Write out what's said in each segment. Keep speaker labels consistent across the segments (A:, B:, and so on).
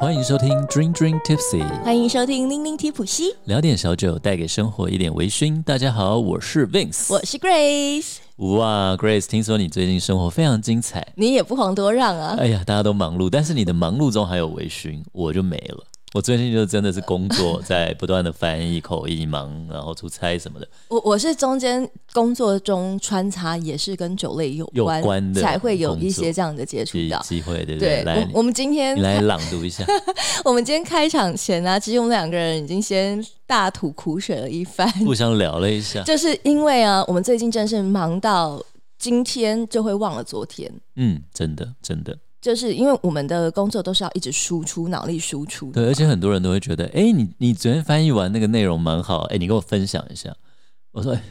A: 欢迎收听 Dream Dream Tipsy，
B: 欢迎收听《零零提普西》，
A: 聊点小酒，带给生活一点微醺。大家好，我是 Vince。
B: 我是 Grace。
A: 哇，Grace，听说你最近生活非常精彩。
B: 你也不遑多让啊！
A: 哎呀，大家都忙碌，但是你的忙碌中还有微醺，我就没了。我最近就真的是工作，在不断的翻译口译忙，然后出差什么的。
B: 我我是中间工作中穿插，也是跟酒类有关，
A: 有关的
B: 才会有一
A: 工作
B: 些这样的接触
A: 机
B: 到。
A: 机会，对不
B: 对，
A: 来，
B: 我我们今天
A: 你来朗读一下。
B: 我们今天开场前啊，其实我们两个人已经先大吐苦水了一番，
A: 互相聊了一下。
B: 就是因为啊，我们最近真是忙到今天就会忘了昨天，
A: 嗯，真的，真的，
B: 就是因为我们的工作都是要一直输出脑力输出的。
A: 对，而且很多人都会觉得，哎、你你昨天翻译完那个内容蛮好，哎、你跟我分享一下。我说，哎、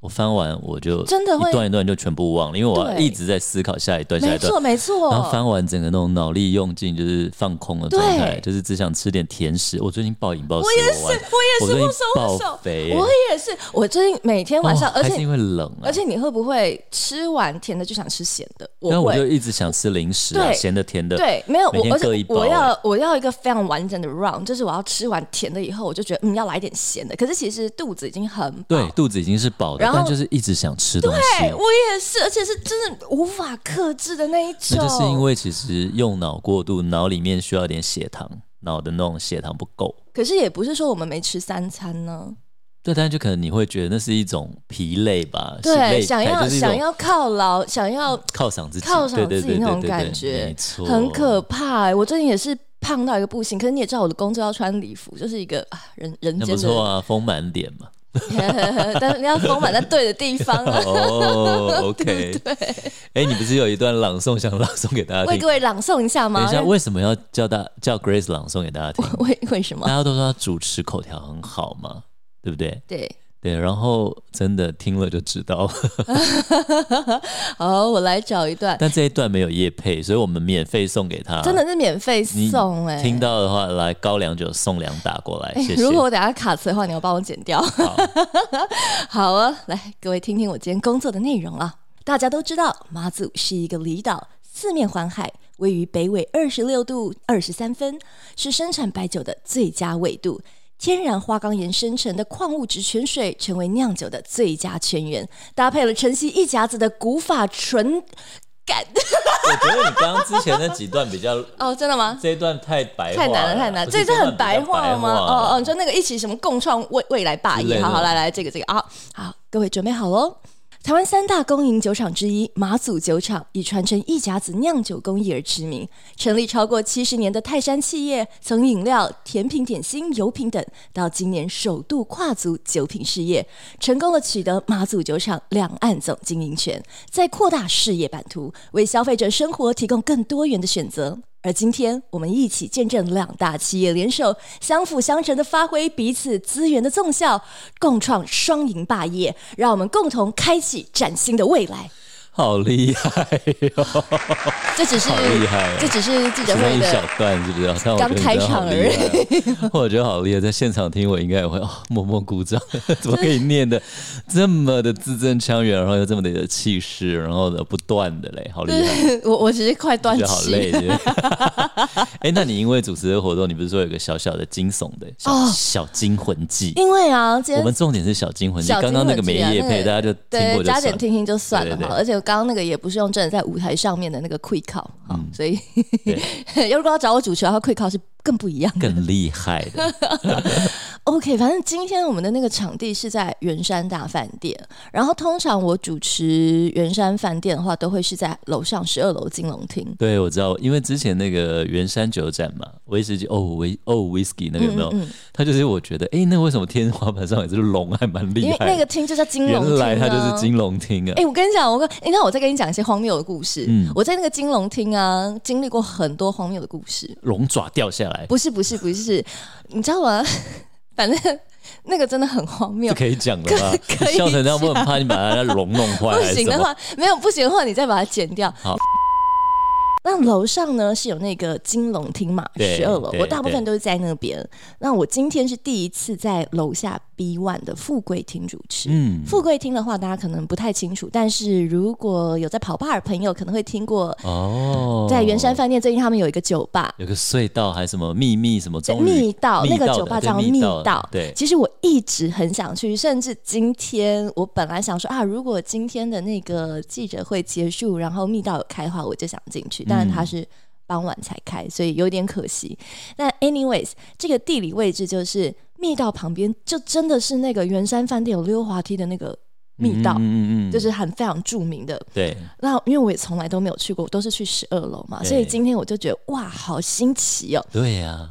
A: 我翻完我就
B: 真的会
A: 一段一段就全部忘了，因为我要
B: 对
A: 一直在思考下一段下
B: 没
A: 一段
B: 错，。没错。
A: 然后翻完整个那种脑力用尽，就是放空的状态，
B: 对
A: 就是只想吃点甜食。我最近暴饮暴食，我也是，我
B: 我也是
A: 最近
B: 不收不
A: 暴
B: 手
A: 肥、欸
B: 我也是，我最近每天晚上，
A: 哦
B: 而
A: 还是
B: 且
A: 因为冷、啊，
B: 而且你会不会吃完甜的就想吃咸的？
A: 然
B: 我
A: 后我就
B: 会。
A: 一直想吃零食、啊，
B: 对
A: 咸的甜的，
B: 对，没有
A: 每
B: 我，
A: 天
B: 而
A: 各一
B: 且
A: 包
B: 我
A: 欸
B: 要我要一个非常完整的 round，就是我要吃完甜的以后，我就觉得嗯要来点咸的。可是其实肚子已经很饱，
A: 对，肚子已经是饱的，
B: 啊然后
A: 但就是一直想吃东
B: 哎
A: 西。
B: 我也是，而且是真的无法克制的那一种。
A: 那就是因为其实用脑过度，脑里面需要点血糖，脑的那种血糖不够。
B: 可是也不是说我们没吃三餐呢，
A: 对，但就可能你会觉得那是一种疲累吧，是
B: 对，
A: 累
B: 想
A: 感
B: 要
A: 就是一
B: 想
A: 种
B: 要犒劳，想要
A: 犒赏自己，
B: 犒赏
A: 对对
B: 自己
A: 对
B: 那种
A: 对对嗯
B: 感
A: 对
B: 觉
A: 没错，
B: 很可怕、欸。我最近也是胖到一个不行，可是你也知道我的工作要穿礼服，就是一个啊人人
A: 那不
B: 间
A: 错
B: 的，
A: 啊，丰满点嘛。
B: 但是你要丰满在对的地方啊。
A: 哦，OK，
B: 对，
A: 哎，你不是有一段朗诵想朗诵给大家
B: 为
A: 听
B: 各？位朗诵一下
A: 等
B: 吗？
A: 一下，为什么要叫大叫 Grace 朗诵给大家听？
B: 为为什
A: 大
B: 么？
A: 家都说她主持口条很好嘛，对不对？
B: 对，
A: 对，然后真的听了就知道。
B: 好，我来找一 段，
A: 但这一段没有叶配，所以我们免费送给他。
B: 真的是免费
A: 你
B: 送哎、
A: 听到的话，来高粱酒送两打过来，谢谢。
B: 如果我等下卡词的话，你要帮我剪掉。
A: 好
B: 好啊，来各位听听我今天工作的内容啊。大家都知道，马祖是一个离岛，四面环海，位于北纬二十六度二十三分，是生产白酒的最佳纬度。天然花岗岩生成的矿物质泉水成为酿酒的最佳泉源，搭配了晨曦一甲子的古法纯 感。
A: 我觉得你刚刚之前那几段比 较，
B: 哦，真的吗？
A: 这一段太白话
B: 太难了，太难了！
A: 不
B: 这
A: 是
B: 这
A: 段
B: 很
A: 比较白
B: 白话吗？哦哦，你说那个一起什么共创未未来霸
A: 之类
B: 业？
A: 的
B: 好好来来，这个这个啊，好，各位准备好喽。台湾三大公营酒厂之一马祖酒厂，以传承一甲子酿酒工艺而知名。成立超过七十年的泰山企业，从饮料、甜品、点心、油品等，到今年首度跨足酒品事业，成功的取得马祖酒厂两岸总经营权，再扩大事业版图，为消费者生活提供更多元的选择。而今天，我们一起见证两大企业联手、相辅相成的发挥彼此资源的纵效，共创双赢霸业。让我们共同开启崭新的未来。
A: 好厉害哟、
B: 这只是
A: 好厉害哦
B: 这只是记者
A: 只是
B: 会
A: 一小
B: 的，
A: 段是不是？但我觉得你真的好厉害， 我觉得好厉害，在现场听我应该也会、 哦、默默鼓掌。 怎么可以念的这么的字正腔圆，然后又这么的有气势，然后的不断的嘞，好厉害！
B: 我我只是快断
A: 觉得好
B: 气了
A: 累。对不对 哎、那你因为主持的活动，你不是说有个小小的惊悚的小、
B: 哦
A: 小惊魂记？
B: 因为啊，今
A: 我们
B: 天
A: 重点是小惊魂记，
B: 小
A: 刚刚那个没
B: 惊魂记啊
A: 夜配，
B: 那个
A: 大家就听
B: 对
A: 过就
B: 加
A: 算
B: 减
A: 了。
B: 听听就算了
A: 对对
B: 哈，
A: 对
B: 而且我刚刚那个也不是用真的在舞台上面的那个 quick call 哈，所以 要如果要找我主持的话，quick call 是更不一样的。
A: 更厉害的，
B: OK，反正今天我们的那个场地是在圆山大饭店，然后通常我主持圆山饭店的话，都会是在楼上十二楼金龙厅。
A: 对我知道，因为之前那个圆山酒展嘛，威士忌哦威哦 whisky 那个有没有？
B: 嗯
A: 他就是我觉得，哎、那为什么天花板上有只龙，还蛮厉
B: 因为
A: 害的
B: 那个厅就叫金龙厅、啊，
A: 原来它就是金龙厅啊
B: 哎、！我跟你讲，我跟你看，我再跟你讲一些荒谬的故事。
A: 嗯
B: 我在那个金龙厅啊，经历过很多荒谬的故事。
A: 龙、爪掉下来，
B: 不是，不是，不是，你知道吗？ 反正那个真的很荒谬
A: 这。可以讲的吧？
B: 可可以
A: 你笑成这样，我很怕你把它龙弄坏
B: 不
A: 还是
B: 行
A: 什
B: 的
A: 么？
B: 话，没有不行的话，你再把它剪掉。
A: 好
B: 那楼上呢是有那个金龙厅嘛，
A: 对
B: 十二楼，
A: 对
B: 我大部分都是在那边。那我今天是第一次在楼下 B One 的富贵厅主持。
A: 嗯，
B: 富贵厅的话，大家可能不太清楚，但是如果有在跑吧的朋友，可能会听过，
A: 哦，
B: 在圆山饭店最近他们有一个酒吧，
A: 有个隧道还是什么秘密什么
B: 对
A: 棕榈
B: 密道
A: 密
B: 那个
A: 道
B: 酒
A: 的
B: 吧
A: 对
B: 叫
A: 密
B: 密
A: 道的
B: 道。
A: 对
B: 其实我一直很想去，甚至今天我本来想说啊，如果今天的那个记者会结束，然后密道有开的话，我就想进
A: 嗯
B: 去，但是它是。傍晚才开，所以有点可惜。但 anyways，这个地理位置就是密道旁边，就真的是那个圆山饭店有溜滑梯的那个密道，
A: 嗯嗯嗯嗯
B: 就是很非常著名的
A: 对，
B: 那因为我也从来都没有去过，我都是去十二楼嘛，
A: 对
B: 所以今天我就觉得哇，好新奇哦。
A: 对呀、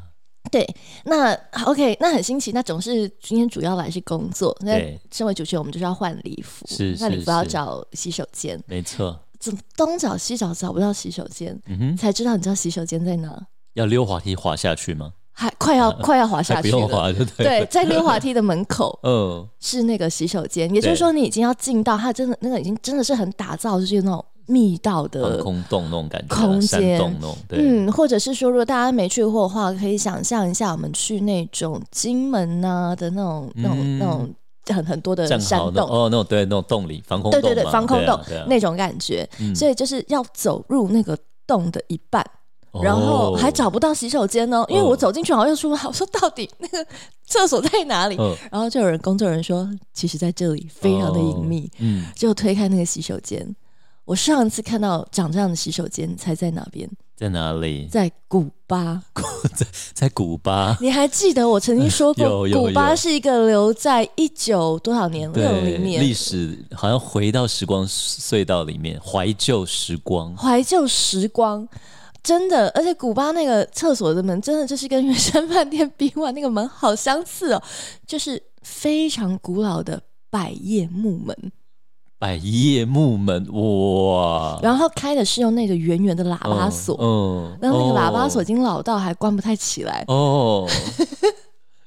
B: 对，那 OK，那很新奇。那总是今天主要来是工作，那
A: 对
B: 身为主持人，我们就是要换礼服，
A: 是
B: 那礼
A: 是
B: 服要
A: 是
B: 找洗手间，
A: 没错，
B: 怎么东找西找找不到洗手间，
A: 嗯哼，
B: 才知道你知道洗手间在哪，
A: 要溜滑梯滑下去吗？
B: 还快要、快要滑
A: 嗯还
B: 下
A: 不
B: 去
A: 用
B: 了。
A: 滑就对了，
B: 对， 在溜滑梯的门口
A: 嗯，
B: 是那个洗手间，也就是说你已经要进到它真的那个已经真的是很打造就是那种密道
A: 防
B: 的
A: 空洞那种感觉啊，
B: 空
A: 山
B: 间
A: 洞那种，对，
B: 嗯，或者是说，如果大家没去过的话，可以想象一下，我们去那种金门呐、的那种、那种、
A: 嗯
B: 那种很很多的
A: 站
B: 山
A: 好那
B: 洞，
A: 种哦，那种对，那种洞里防空
B: 对
A: 洞嘛，
B: 对对，防空
A: 对啊
B: 洞、
A: 对啊
B: 那种感觉、
A: 嗯
B: 所以就是要走入那个洞的一半，然后还找不到洗手间呢、因为
A: 哦
B: 我走进去好像说，我说到底那个 厕所在哪里？
A: 哦，嗯
B: 然后就有人工作人员说，其实在这里非常的隐秘，
A: 哦嗯，
B: 就推开那个洗手间。我上一次看到长这样的洗手间，才在哪边？
A: 在哪里？
B: 在古巴。
A: 在古巴，
B: 你还记得我曾经说过
A: 有，有
B: 古巴
A: 有
B: 是一个留在一九多少年六
A: 对，
B: 零
A: 历
B: 年
A: 史好像回到时光隧道里面，怀旧时光，
B: 怀旧时光，真的，而且古巴那个厕所的门真的就是跟圆山饭店 B o 那个门好相似哦， 就是非常古老的百叶木门，
A: 百叶木门，哇，
B: 然后开的是用那个圆圆的喇叭锁，
A: 嗯，
B: 然后那个喇叭
A: 哦
B: 锁已经老到还关不太起来，
A: 哦，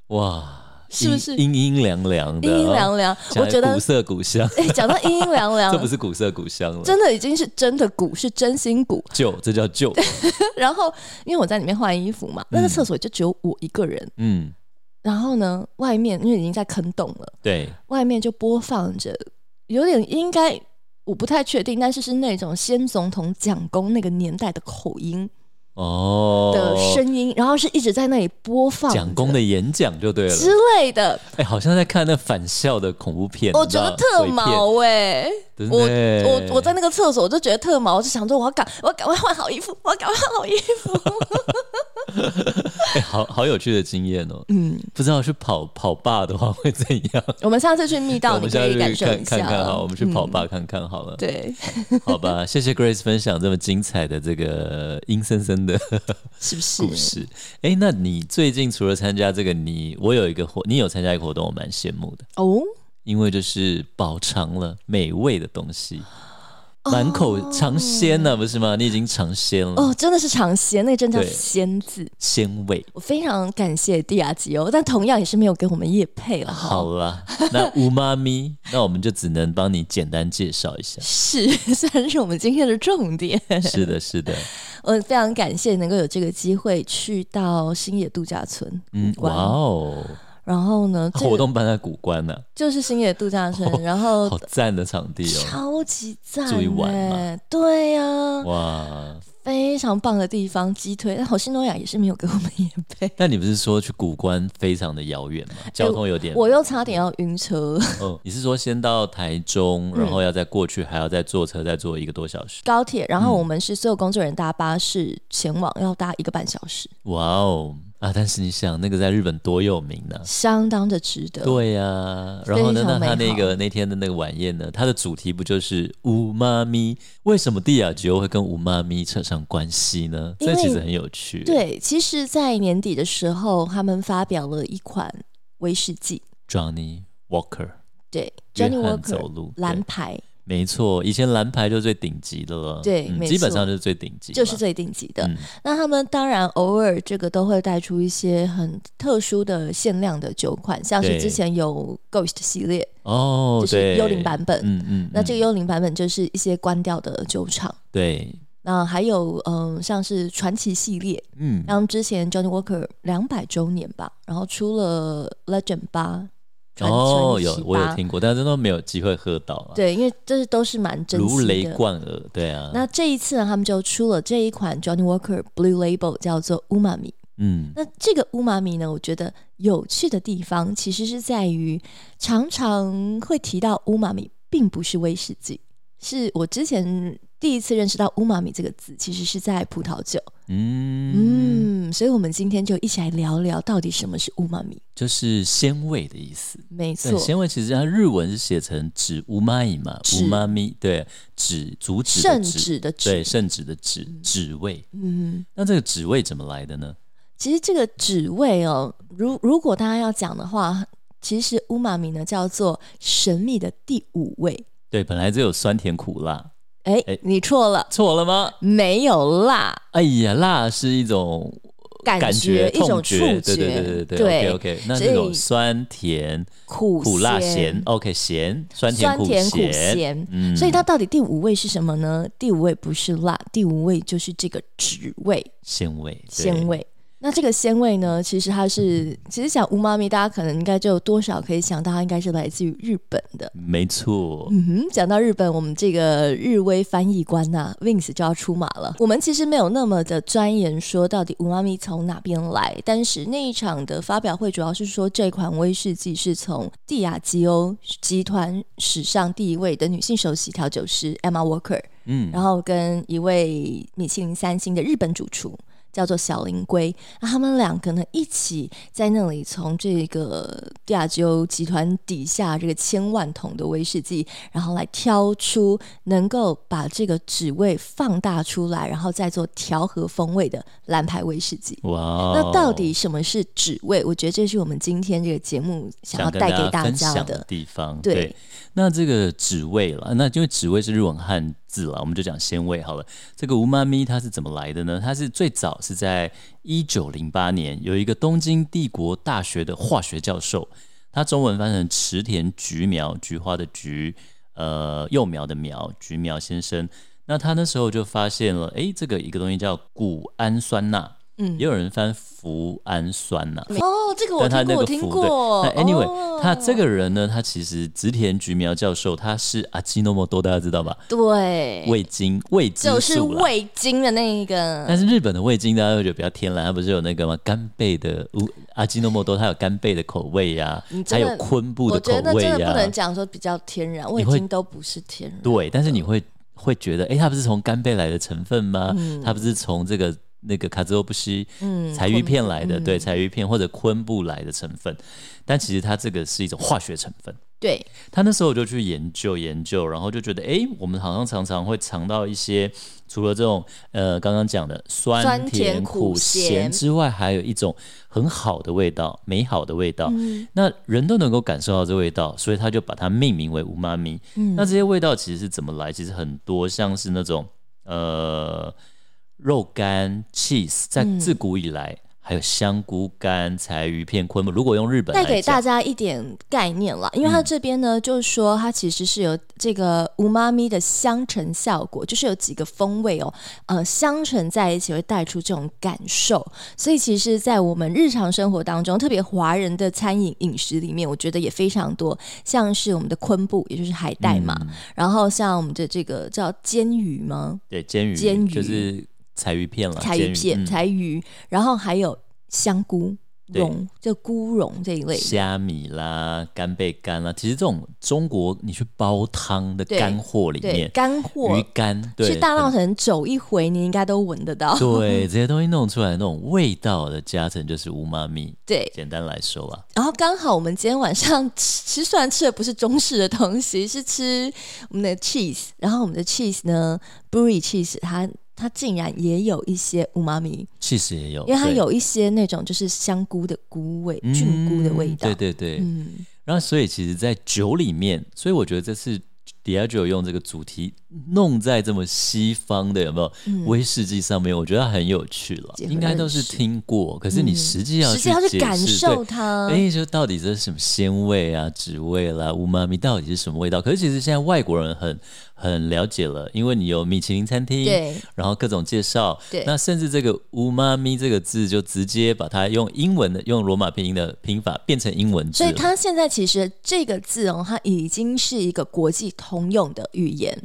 A: 哇，
B: 是不
A: 阴
B: 是
A: 阴阴凉凉的？
B: 阴阴凉凉，
A: 讲
B: 我
A: 来
B: 觉得
A: 古，色古香，
B: 哎，讲到阴阴凉
A: 这不
B: 凉。
A: 是古色古香了，
B: 真的已经是真的古，是真心古。
A: 旧，这叫旧。
B: 然后因为我在里面换衣服嘛，那个厕所就只有我一个人。
A: 嗯，
B: 然后呢，外面因为已经在坑洞了，
A: 对，
B: 外面就播放着有点应该我不太确定，但是是那种先总统蒋公那个年代的口音
A: 哦，
B: 的声音，然后是一直在那里播放
A: 蒋公的演讲就对了。
B: 之类的，
A: 哎、好像在看那返校的恐怖片，哎
B: 我
A: 你知
B: 觉
A: 道
B: 得特，毛哎、
A: 鬼片对
B: 我
A: 不对
B: 我我在那个厕所，我就觉得特毛，我就想说我要赶，我要赶快换好衣服，我要赶快换好衣服。
A: 哎、好好有趣的经验哦。
B: 嗯，
A: 不知道去跑跑吧的话会怎样？
B: 我们下次去密道，
A: 我
B: 你
A: 们
B: 可
A: 下
B: 以
A: 次
B: 感
A: 去
B: 受
A: 看
B: 一下。
A: 看看好，我们去跑
B: 嗯
A: 吧看看好了。
B: 对，
A: 好吧，谢谢 Grace 分享这么精彩的这个阴森森的
B: 是不是？
A: 故事。哎、那你最近除了参加这个，你我有一个活，你有参加一个活动，我蛮羡慕的，
B: 哦，
A: 因为就是饱尝了美味的东西，满口尝鲜啊了，不是吗？你已经尝鲜了，
B: 哦，真的是尝鲜，那个真的叫
A: 嗯对
B: 鲜字。
A: 鲜味。
B: 我非常感谢蒂亚吉哦欧，但同样也是没有给我们叶配了。
A: 好，啦，那乌妈 咪，那我们就只能帮你简单介绍一下。
B: 是 虽然是我们今天的重点，
A: 是的，是的，
B: 我非常感谢能够有这个机会去到新野度假村
A: 嗯，
B: 古
A: 哇
B: 关，
A: 哦，
B: 然后呢，这个
A: 活动办在古关呢、
B: 就是新野度假村，然后
A: 好赞的场地哦，
B: 超级赞、欸，
A: 住一晚嘛
B: 对呀、
A: 哇！
B: 非常棒的地方，鸡腿。但好心诺亚也是没有给我们 叶配，
A: 那你不是说去古关非常的遥远吗？交通有点
B: 哎我又差点要晕车了。
A: 嗯，你是说先到台中，
B: 嗯
A: 然后要再过去，还要再坐车，再坐一个多小时？
B: 高铁，
A: 嗯
B: 然后我们是所有工作人员搭巴士前往，要搭一个半小时，
A: 哇哦啊！但是你想，那个在日本多有名呢、
B: 相当的值得。
A: 对呀、然后呢？
B: 非
A: 那
B: 常
A: 他
B: 美
A: 那
B: 好
A: 个那天的那个晚宴呢？它的主题不就是乌妈咪？为什么蒂亚吉欧会跟乌妈咪扯上关系呢？
B: 因
A: 这
B: 为
A: 其实很有趣。，
B: 对其实，在年底的时候，他们发表了一款威士忌，
A: ，Johnny Walker，
B: 对
A: 约
B: Johnny
A: 翰走
B: Walker
A: 路，
B: 蓝
A: 对
B: 牌
A: 没错，以前蓝牌就是最顶级的了，嗯
B: 对没
A: 基本
B: 错
A: 上就是最顶级，
B: 就是。最顶级的。
A: 嗯
B: 那他们当然偶尔这个都会带出一些很特殊的限量的酒款，像
A: 对
B: 是之前有 Ghost 系列，
A: 哦，
B: 就是
A: 对，
B: 幽灵版本。
A: 嗯嗯，
B: 那这
A: 嗯
B: 个幽灵版本就是一些关掉的酒厂，
A: 对，
B: 那还有嗯、呃像是传奇系列，
A: 嗯，
B: 像之前 Johnny Walker 两百周年吧，然后出了 Legend 八，传
A: 哦，
B: 传
A: 有
B: 奇
A: 我有
B: 八
A: 听过，但真的没有机会喝到啊，
B: 对，因为这是都是蛮珍
A: 如
B: 惜
A: 雷
B: 的。
A: 贯耳，对啊，
B: 那这一次呢，他们就出了这一款 Johnny Walker Blue Label，叫做 Umami。
A: 嗯
B: 那这个乌玛米呢，我觉得有趣的地方其实是在于，常常会提到乌玛米，并不是威士忌。是我之前第一次认识到乌玛米这个字，其实是在葡萄酒。
A: 嗯，
B: 嗯，所以我们今天就一起来聊聊到底什么是乌玛米。
A: 就是鲜味的意思。
B: 没
A: 对，
B: 错，
A: 鲜味其实它日文是写成“止乌妈伊”嘛，
B: 止
A: 乌妈咪，对，止阻止的
B: 圣
A: 止，
B: 旨的
A: 对，
B: 旨。
A: 圣旨的止，止味。
B: 嗯，
A: 那这个止味怎么来的呢？
B: 其实这个旨味哦，如如果大家要讲的话，其实乌玛米呢叫做神秘的第五味。
A: 对，本来就有酸甜苦辣，
B: 哎，
A: 哎
B: 你错了，
A: 错了吗？
B: 没有辣。
A: 哎呀，辣是一种
B: 感
A: 感
B: 觉一
A: 痛
B: 种触
A: 对对对对
B: 觉对
A: o k OK，那
B: 所以
A: 这种酸甜
B: 苦
A: 苦辣咸，OK，咸酸甜
B: 酸
A: 苦
B: 甜苦
A: 咸，
B: 咸。
A: 嗯
B: 所以它到底第五位是什么呢？第五位不是辣，第五位就是这个脂味、
A: 鲜味，对
B: 鲜，味。那这个鲜味呢，其实它是，其实讲乌妈咪，大家可能应该就多少可以想到，它应该是来自于日本的。
A: 没错，
B: 嗯哼，讲到日本，我们这个日威翻译官呐、w i n s 就要出马了。我们其实没有那么的钻研说到底乌妈咪从哪边来，但是那一场的发表会主要是说这款威士忌是从蒂亚吉欧集团史上第一位的女性首席调酒师 Emma Walker，
A: 嗯，
B: 然后跟一位米其林三星的日本主厨。叫做小林龟，那他们两个呢一起在那里从这个蒂亚吉欧集团底下这个千万桶的威士忌，然后来挑出能够把这个脂味放大出来，然后再做调和风味的蓝牌威士忌。
A: 哇哦，
B: 那到底什么是脂味？我觉得这是我们今天这个节目想
A: 想
B: 要
A: 跟
B: 带给大
A: 分
B: 家
A: 享
B: 的。
A: 地方。
B: 对
A: 那这个指味了，那因为指味是日文汉字了，我们就讲鲜味好了。这个无妈咪它是怎么来的呢？它是最早是在一九零八年，有一个东京帝国大学的化学教授，他中文翻成池田菊苗，菊花的菊，呃，幼苗的苗，菊苗先生。那他那时候就发现了，诶，这个一个东西叫谷氨酸钠，
B: 嗯
A: 也有人翻脯氨酸钠，
B: 哦，这个我
A: 但他
B: 听
A: 那个
B: 过，我
A: 福
B: 听
A: 对
B: 过。
A: 那 anyway，、
B: 哦
A: 他这个人呢，他其实植田菊苗教授，他是阿基诺莫多，大家知道吧？
B: 对，
A: 味精，味激
B: 就是
A: 素啦。
B: 味精的那一
A: 但
B: 个，
A: 是日本的味精大家会觉得比较天然，它不是有那个吗？干贝的乌阿基诺莫多，它有干贝的口味呀、
B: 你真
A: 还
B: 的
A: 有昆布的
B: 我
A: 口
B: 觉得
A: 味
B: 真的
A: 呀、
B: 不能讲说比较天然，味
A: 会
B: 精都不是天然。
A: 对，但是你会会觉得，哎、它不是从干贝来的成分吗？它不是从这个那个卡兹欧布西
B: 嗯
A: 柴鱼片来的，对，柴鱼片或者昆布来的成分，但其实它这个是一种化学成分。
B: 对，
A: 他那时候就去研究研究，然后就觉得，诶，我们好像常常会尝到一些除了这种呃刚刚讲的酸
B: 酸甜
A: 甜
B: 苦
A: 苦
B: 咸
A: 咸之外，还有一种很好的味道，美好的味道。
B: 嗯
A: 那人都能够感受到这味道，所以他就把它命名为乌妈咪。
B: 嗯
A: 那这些味道其实是怎么来？其实很多像是那种呃肉干、cheese，在
B: 嗯
A: 自古以来。还有香菇干、柴鱼片、昆布，如果用日本
B: 带
A: 来
B: 给
A: 讲
B: 大家一点概念啦，因为它这边呢，就是说它其实是有这个乌妈咪的香橙效果，就是有几个风味哦，呃，相乘在一起会带出这种感受，所以其实，在我们日常生活当中，特别华人的餐饮饮食里面，我觉得也非常多，像是我们的昆布，也就是海带
A: 嗯
B: 嘛，然后像我们的这个叫煎鱼吗？
A: 对，煎鱼，
B: 煎鱼
A: 就是柴鱼嗯片了，
B: 柴鱼片、
A: 煎
B: 柴鱼，然后还有香菇
A: 啊对
B: 蓉，就菇蓉这一类
A: 嗯、
B: 的。
A: 虾米啦、干贝干啦，其实这种中国你去煲汤的
B: 对
A: 干货里
B: 对
A: 面，
B: 干货
A: 鱼干，对，
B: 去大
A: 很
B: 稻城走一回，你应该都闻得到。
A: 对这些东西弄出来那种味道的加成，就是乌妈咪。
B: 对，
A: 简单来说啦，
B: 然后刚好我们今天晚上吃，吃虽然吃的不是中式的东西，是吃我们的 cheese，然后我们的 cheese 呢，brie cheese 它。它竟然也有一些umami，
A: 其实也有，
B: 因为它
A: 哦对
B: 有一些那种就是香菇的菇味、
A: 嗯
B: 菌菇的味道。
A: 对对对，
B: 嗯，
A: 然后所以其实，在酒里面，所以我觉得这次 Diageo 用这个主题弄在这么西方的有没有、威士忌上面，我觉得很有趣了，
B: 嗯结合
A: 应该都是
B: 认识嗯
A: 听过，可是你实际要
B: 实
A: 去
B: 际要去
A: 解
B: 感
A: 释
B: 受
A: 对
B: 它。
A: 哎、就到底这是什么鲜味啊、脂味啦、乌妈咪到底是什么味道？可是其实现在外国人很很了解了，因为你有米其林餐厅，
B: 对，
A: 然后各种介绍，
B: 对
A: 那甚至这个“乌妈咪”这个字，就直接把它用英文的用罗马拼音的拼法变成英文字
B: 所以
A: 了，
B: 它现在其实这个字哦，它已经是一个国际通用的语言。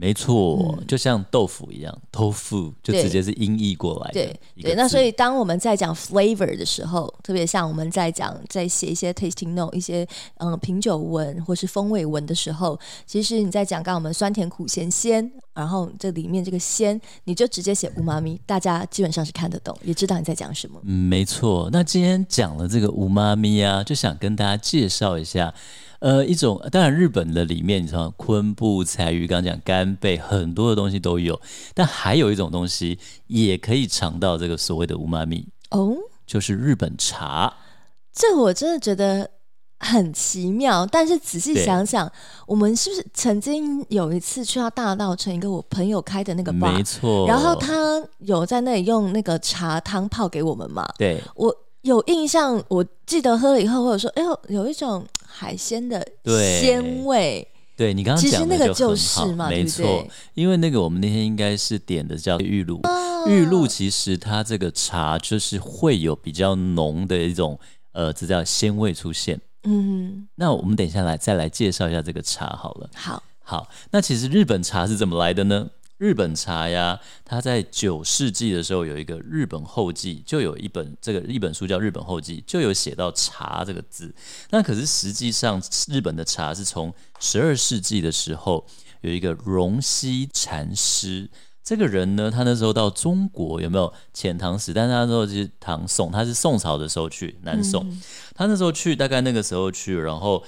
A: 没错，就像豆腐一样，豆腐就
B: 嗯对
A: 直接是音译过来的
B: 对
A: 哎一个字。
B: 对，那所以当我们在讲 flavor 的时候，特别像我们在讲在写一些 tasting note、一些嗯、呃品酒文或是风味文的时候，其实你在讲刚刚我们酸甜苦咸鲜，然后这里面这个鲜，你就直接写乌妈咪，大家基本上是看得懂，也知道你在讲什么。
A: 嗯，没错。那今天讲了这个乌妈咪啊，就想跟大家介绍一下，呃，一种当然日本的里面，你知道昆布、柴鱼，刚刚讲干贝，很多的东西都有，但还有一种东西也可以尝到这个所谓的乌妈咪，
B: 哦，
A: 就是日本茶。
B: 这我真的觉得很奇妙，但是仔细
A: 对
B: 想想，我们是不是曾经有一次去到大道城一个我朋友开的那个 bar，
A: 没错。
B: 然后他有在那里用那个茶汤泡给我们嘛？
A: 对
B: 我有印象，我记得喝了以后，或者说，哎呦，有一种海鲜的
A: 对
B: 鲜味。
A: 对，你刚刚
B: 其实
A: 讲的
B: 那个
A: 很
B: 就是
A: 好，
B: 嘛
A: 没
B: 对不
A: 错，
B: 对
A: 因为那个我们那天应该是点的叫玉露，
B: 哦
A: 玉露其实它这个茶就是会有比较浓的一种呃，这叫鲜味出现。
B: 嗯，
A: 那我们等一下来再来介绍一下这个茶好了。
B: 好，
A: 好，那其实日本茶是怎么来的呢？日本茶呀，它在九世纪的时候有一个日本后记，就有一本这个一本书叫《日本后记》，就有写到茶这个字。那可是实际上，日本的茶是从十二世纪的时候有一个荣西禅师。这个人呢，他那时候到中国有没有遣唐使？但是他那时候是唐宋，他是宋朝的时候去南宋，他那时候去，大概那个时候去，然后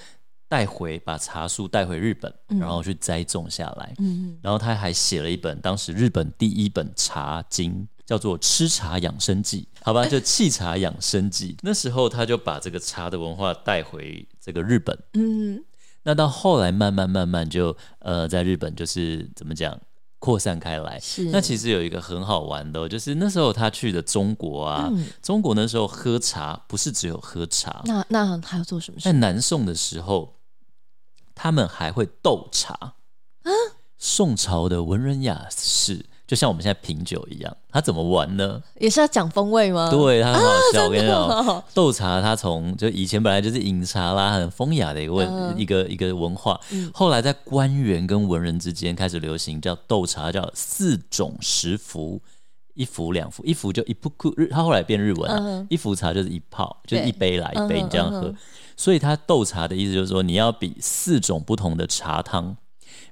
A: 带回把茶树带回日本，然后去栽种下来。
B: 嗯，
A: 然后他还写了一本当时日本第一本茶经，叫做《吃茶养生记》，好吧，就《弃茶养生记》。那时候他就把这个茶的文化带回这个日本。
B: 嗯，
A: 那到后来慢慢慢慢就呃，在日本就是怎么讲？扩散开来，
B: 是
A: 那其实有一个很好玩的哦、就是那时候他去的中国啊，中国那时候喝茶不是只有喝茶，
B: 那那还要做什么
A: 在
B: 事？
A: 南宋的时候，他们还会斗茶啊。宋朝的文人雅士，就像我们现在品酒一样，他怎么玩呢？
B: 也是要讲风味吗？
A: 对他很好笑，我跟你讲，
B: 哦，
A: 斗茶他从就以前本来就是饮茶啦，很风雅的一个文、
B: 嗯
A: 一个一个文化，后来在官员跟文人之间开始流行叫斗茶，叫四种十服。一服两服，一服就一不库日，他后来变日文了、啊
B: 嗯
A: 一服茶就是一泡，就
B: 对
A: 是一杯啦，一杯
B: 嗯哼
A: 你这样喝。
B: 嗯哼
A: 所以他斗茶的意思就是说，你要比四种不同的茶汤，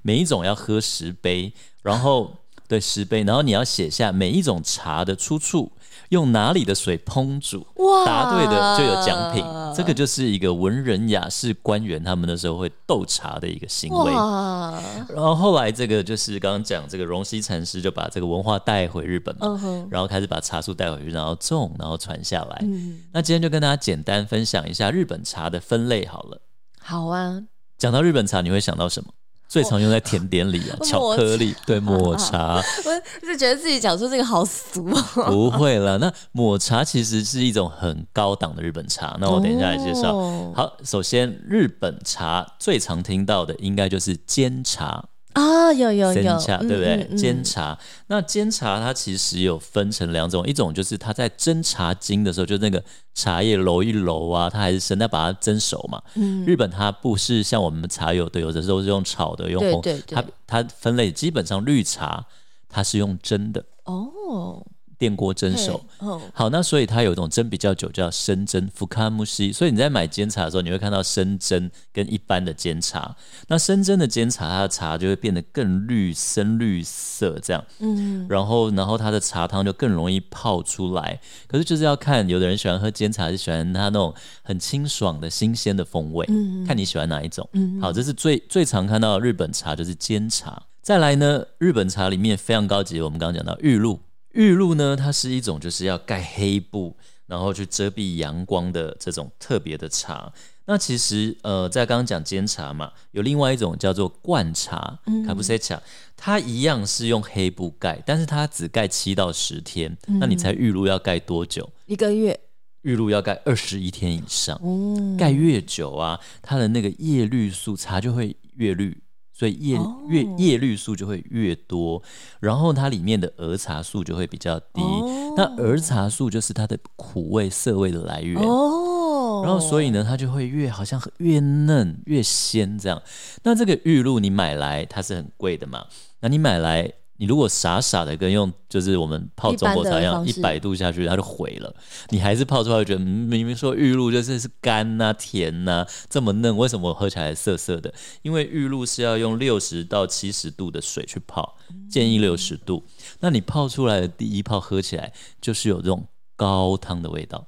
A: 每一种要喝十杯，然后对十杯，然后你要写下每一种茶的出处，用哪里的水烹煮，
B: 哇
A: 答对的就有奖品。这个就是一个文人雅士官员他们那时候会斗茶的一个行为。
B: 哇，
A: 然后后来这个就是刚刚讲这个荣西禅师就把这个文化带回日本嘛，
B: 嗯哼，
A: 然后开始把茶树带回去，然后种，然后传下来。
B: 嗯
A: 那今天就跟大家简单分享一下日本茶的分类好了。
B: 好啊，
A: 讲到日本茶，你会想到什么？最常用在甜点里啊，
B: 哦抹啊
A: 巧克力，对，抹茶
B: 我就觉得自己讲出这个好俗哦。
A: 不会啦。那抹茶其实是一种很高档的日本茶， 那我等一下来介绍。
B: 哦
A: 好，首先日本茶最常听到的应该就是煎茶，
B: 啊，有有
A: 煎
B: 有，
A: 茶，
B: 嗯
A: 对不对？
B: 嗯嗯
A: 煎茶，那煎茶它其实有分成两种，一种就是它在蒸茶巾的时候，就那个茶叶揉一揉啊，它还是生，它把它蒸熟嘛。
B: 嗯
A: 日本它不是像我们茶有的，有的时候是用炒的，用
B: 对
A: 烘，
B: 对对
A: 它它分类基本上绿茶它是用蒸的，
B: 哦，
A: 电锅蒸熟。
B: 对哦，
A: 好，那所以它有一种蒸比较久，叫生蒸福卡木西。所以你在买煎茶的时候，你会看到生蒸跟一般的煎茶。那生蒸的煎茶，它的茶就会变得更绿、深绿色这样。
B: 嗯，
A: 然后，然后它的茶汤就更容易泡出来。可是就是要看，有的人喜欢喝煎茶，就喜欢它那种很清爽的新鲜的风味，
B: 嗯
A: 看你喜欢哪一种。好，这是最最常看到的日本茶就是煎茶。再来呢，日本茶里面非常高级的，我们刚刚讲到玉露，玉露呢，它是一种就是要盖黑布，然后去遮蔽阳光的这种特别的茶。那其实呃，在刚刚讲煎茶嘛，有另外一种叫做罐茶，卡布塞茶，它一样是用黑布盖，但是它只盖七到十天。那你猜玉露要盖多久？
B: 一个月，
A: 玉露要盖二十一天以上。
B: 哦，
A: 盖越久啊，它的那个叶绿素茶就会越绿，所以叶
B: 哦
A: 越叶绿素就会越多，然后它里面的儿茶素就会比较低。
B: 哦
A: 那儿茶素就是它的苦味、涩味的来源。
B: 哦，
A: 然后所以呢，它就会越好像越嫩越鲜这样。那这个玉露你买来它是很贵的嘛？那你买来，你如果傻傻的跟用就是我们泡中国茶一
B: 一般的
A: 样，
B: 方
A: 一
B: 式
A: 百度下去它就毁了，你还是泡出来觉得、嗯明明说玉露就是是干呐、甜呐、这么嫩，为什么我喝起来涩涩的？因为玉露是要用六十到七十度的水去泡，
B: 嗯
A: 建议六十度。那你泡出来的第一泡喝起来就是有这种高汤的味道。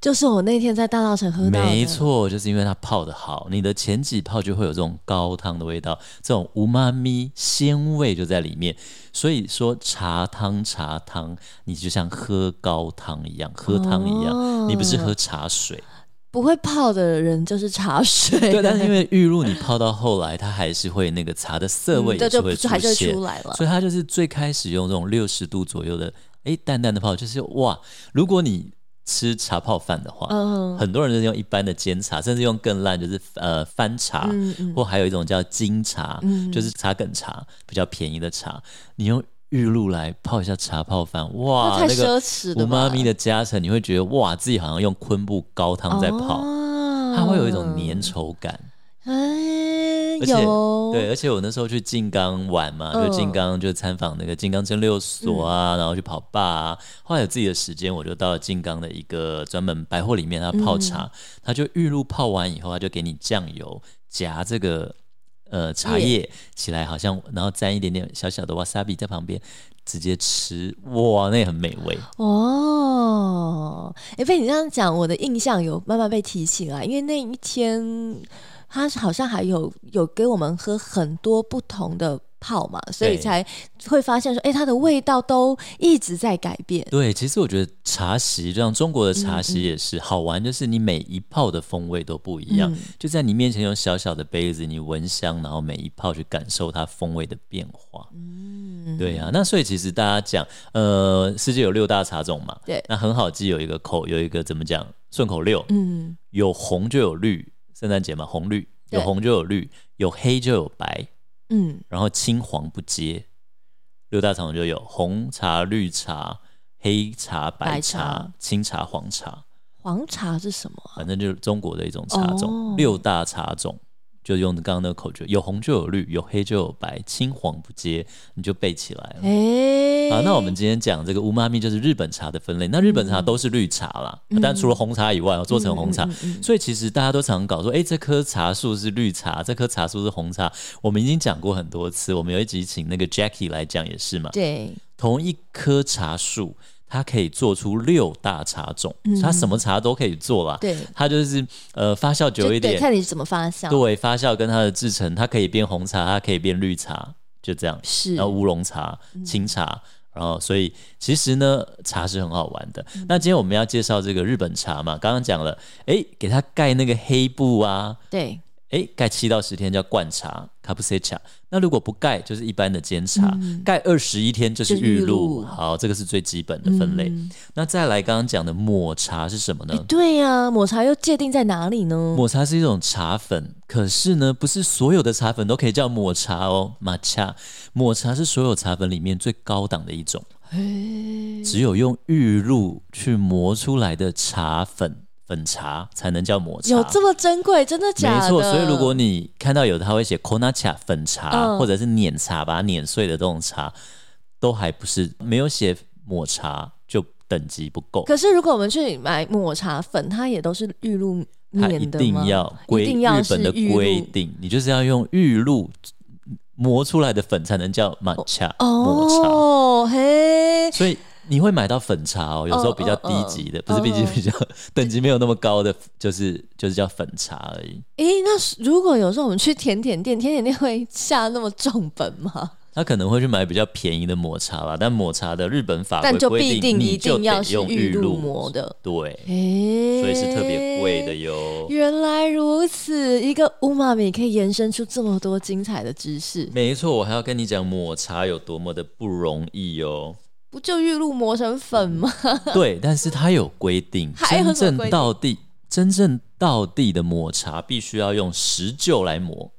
B: 就是我那天在大稻城喝到的，
A: 没错，就是因为它泡的好，你的前几泡就会有这种高汤的味道，这种无妈咪鲜味就在里面。所以说茶汤茶汤，你就像喝高汤一样，喝汤一样，
B: 哦
A: 你不是喝茶 水。
B: 不会泡的人就是茶水，
A: 对，但是因为玉露你泡到后来，它还是会那个茶的涩味
B: 嗯这
A: 也是
B: 就
A: 会
B: 就
A: 出
B: 还是
A: 现
B: 出。来了。
A: 所以它就是最开始用这种六十度左右的，诶，淡淡的泡，就是哇，如果你吃茶泡饭的话，
B: 嗯，
A: 很多人就是用一般的煎茶，甚至用更烂，就是呃翻茶，
B: 嗯嗯
A: 或还有一种叫金茶，就是茶梗茶，比较便宜的茶。你用玉露来泡一下茶泡饭，哇，
B: 那太
A: 那
B: 奢
A: 个
B: 侈
A: 五
B: 了吧，
A: 妈咪的加成，你会觉得哇，自己好像用昆布高汤在泡，
B: 哦
A: 它会有一种粘稠感。
B: 哎
A: 而且
B: 有
A: 对，而且我那时候去静冈玩嘛，
B: 嗯
A: 就静冈就参访那个静冈蒸馏所啊，然后去跑吧啊。后来有自己的时间，我就到了静冈的一个专门百货里面，它泡
B: 嗯
A: 茶，它就玉露泡完以后，它就给你酱油夹这个呃茶
B: 叶
A: 叶起来，好像然后沾一点点小小的 wasabi 在旁边。直接吃哇，那也很美味。
B: 哦，哎，被你这样讲，我的印象有慢慢被提醒了，因为那一天他好像还有有给我们喝很多不同的泡嘛，所以
A: 对
B: 才会发现说，哎，它的味道都一直在改变。
A: 对，其实我觉得茶席，就像中国的
B: 嗯
A: 茶席也是、好玩，就是你每一泡的风味都不一样。
B: 嗯
A: 就在你面前有小小的杯子，你闻香，然后每一泡去感受它风味的变化。
B: 嗯
A: 嗯对呀、那所以其实大家讲，呃，世界有六大茶种嘛，
B: 对
A: 那很好记，有一个口，有一个怎么讲，顺口溜，
B: 嗯，
A: 有红就有绿，圣诞节嘛，红绿，有
B: 对
A: 红就有绿，有黑就有白，
B: 嗯，
A: 然后青黄不接，六大茶种就有红茶、绿茶、黑茶、白
B: 白
A: 茶、
B: 茶
A: 青茶、黄茶，
B: 黄茶是什么啊？
A: 反正就是中国的一种茶种。
B: 哦
A: 六大茶种就用刚刚那个口诀，有红就有绿，有黑就有白，青黄不接，你就背起来了。
B: 哎，
A: 好，那我们今天讲这个乌妈咪就是日本茶的分类。那日本
B: 嗯
A: 茶都是绿茶啦，但除了红茶以外，哦做成红茶，
B: 嗯
A: 所以其实大家都常搞说，哎诶，这棵茶树是绿茶，这棵茶树是红茶。我们已经讲过很多次，我们有一集请那个 Jackie 来讲也是嘛，
B: 对，
A: 同一棵茶树，它可以做出六大茶种，它什么茶都可以做啦。
B: 嗯对
A: 它就是呃发酵
B: 就
A: 久一
B: 对
A: 点，
B: 看你怎么发酵。
A: 对发酵跟它的制成，它可以变红茶，它可以变绿茶，就这样。
B: 是
A: 然后乌龙茶、清茶，然后所以其实呢，茶是很好玩的。那今天我们要介绍这个日本茶嘛，刚刚讲了，诶，给它盖那个黑布啊，
B: 对，
A: 诶，盖七到十天叫灌茶 c a p u c 茶。那如果不盖，就是一般的煎茶；盖二十一天嗯就是嗯
B: 就是
A: 玉
B: 玉
A: 露。
B: 露
A: 好，这个是最基本的分类。那再来刚刚讲的抹茶是什么呢？
B: 对呀、抹茶又界定在哪里呢？
A: 抹茶是一种茶粉，可是呢，不是所有的茶粉都可以叫抹茶哦。抹茶，抹茶是所有茶粉里面最高档的一种，只有用玉露去磨出来的茶粉粉茶才能叫抹茶。
B: 有这么珍贵，真的假
A: 没
B: 的？
A: 错，所以如果你看到有的他会写 k o n a c h a 粉茶，
B: 嗯
A: 或者是碾茶，把它碾碎的这种茶，都还不是没有写抹茶就等级不够。
B: 可是如果我们去买抹茶粉，它也都是玉露
A: 它一
B: 面的吗？
A: 定要规
B: 一定要
A: 日本的
B: 是玉露
A: 规定，你就是要用玉露磨出来的粉才能叫抹茶、抹
B: 哦，嘿
A: 茶，，所以。你会买到粉茶哦，有时候比较低级的，
B: 哦哦哦
A: 不是低级， 比较、等级没有那么高的，就是就是叫粉茶而已。
B: 诶，那是如果有时候我们去甜点店，甜点店会下那么重本吗？
A: 他可能会去买比较便宜的抹茶啦，但抹茶的日本法
B: 但
A: 规
B: 就
A: 规
B: 必定一
A: 你就
B: 定要
A: 得
B: 是
A: 用
B: 玉
A: 露
B: 露磨的，
A: 对，
B: 诶，
A: 所以是特别贵的。哟。
B: 原来如此，一个乌玛米可以延伸出这么多精彩的知识，
A: 没错，我还要跟你讲抹茶有多么的不容易 哦。
B: 不就玉露磨成粉吗？
A: 嗯对，但是它有规定，
B: 还有
A: 真
B: 什么
A: 正
B: 规定
A: 到地真正到地的抹茶必须要用石臼来磨。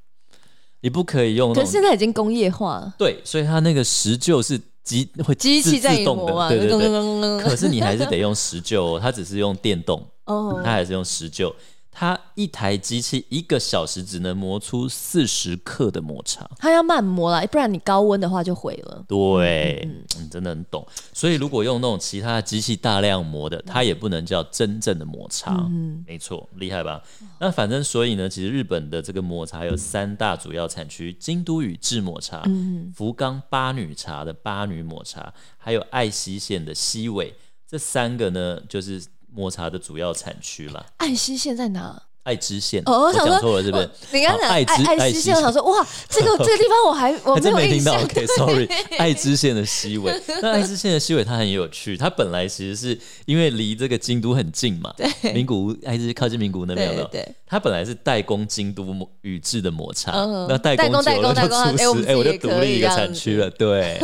A: 你不可以用那
B: 可
A: 种。
B: 是现在已经工业化了，
A: 对，所以它那个石臼是机会
B: 机
A: 自
B: 器在
A: 自
B: 你
A: 动
B: 磨
A: 的，
B: 嘛，
A: 对对
B: 咚咚
A: 对。
B: 咚咚咚
A: 可是你还是得用石臼、哦，它只是用电动，
B: 哦
A: 它还是用石臼。它一台机器一个小时只能磨出四十克的抹茶，
B: 它要慢磨啦，不然你高温的话就毁了。
A: 对，
B: 嗯
A: 你真的很懂。所以如果用那种其他的机器大量磨的，它也不能叫真正的抹茶。
B: 嗯
A: 没错，厉害吧？那反正所以呢，其实日本的这个抹茶有三大主要产区：京都宇治抹茶、
B: 嗯
A: 福冈八女茶的八女抹茶，还有爱西县的西尾。这三个呢，就是抹茶的主要产区啦。
B: 爱西县在哪？
A: 爱知县，
B: 哦，
A: 我
B: 想
A: 讲
B: 说，
A: 错了是不是
B: 哦？你刚
A: 好
B: 才讲
A: 爱知
B: 爱爱西县，我想说哇，这个这个地方 我还我
A: 还
B: 没
A: 真
B: 有
A: 没
B: 印
A: 听到
B: 象。
A: ，OK，Sorry。爱知县的西尾，那爱知县的西尾它很有趣，它本来其实是因为离这个京都很近嘛，对，名古屋爱知靠近名古屋那边有没有？
B: 对对
A: 它本来是代工京都抹宇治的抹茶，
B: 嗯
A: 那代工
B: 代
A: 久了
B: 工
A: 就
B: 代工代工
A: 出
B: 哎我
A: 师
B: 们，
A: 哎，我
B: 自己
A: 就
B: 也
A: 独
B: 可以
A: 立一
B: 这
A: 个
B: 样
A: 产区了，对。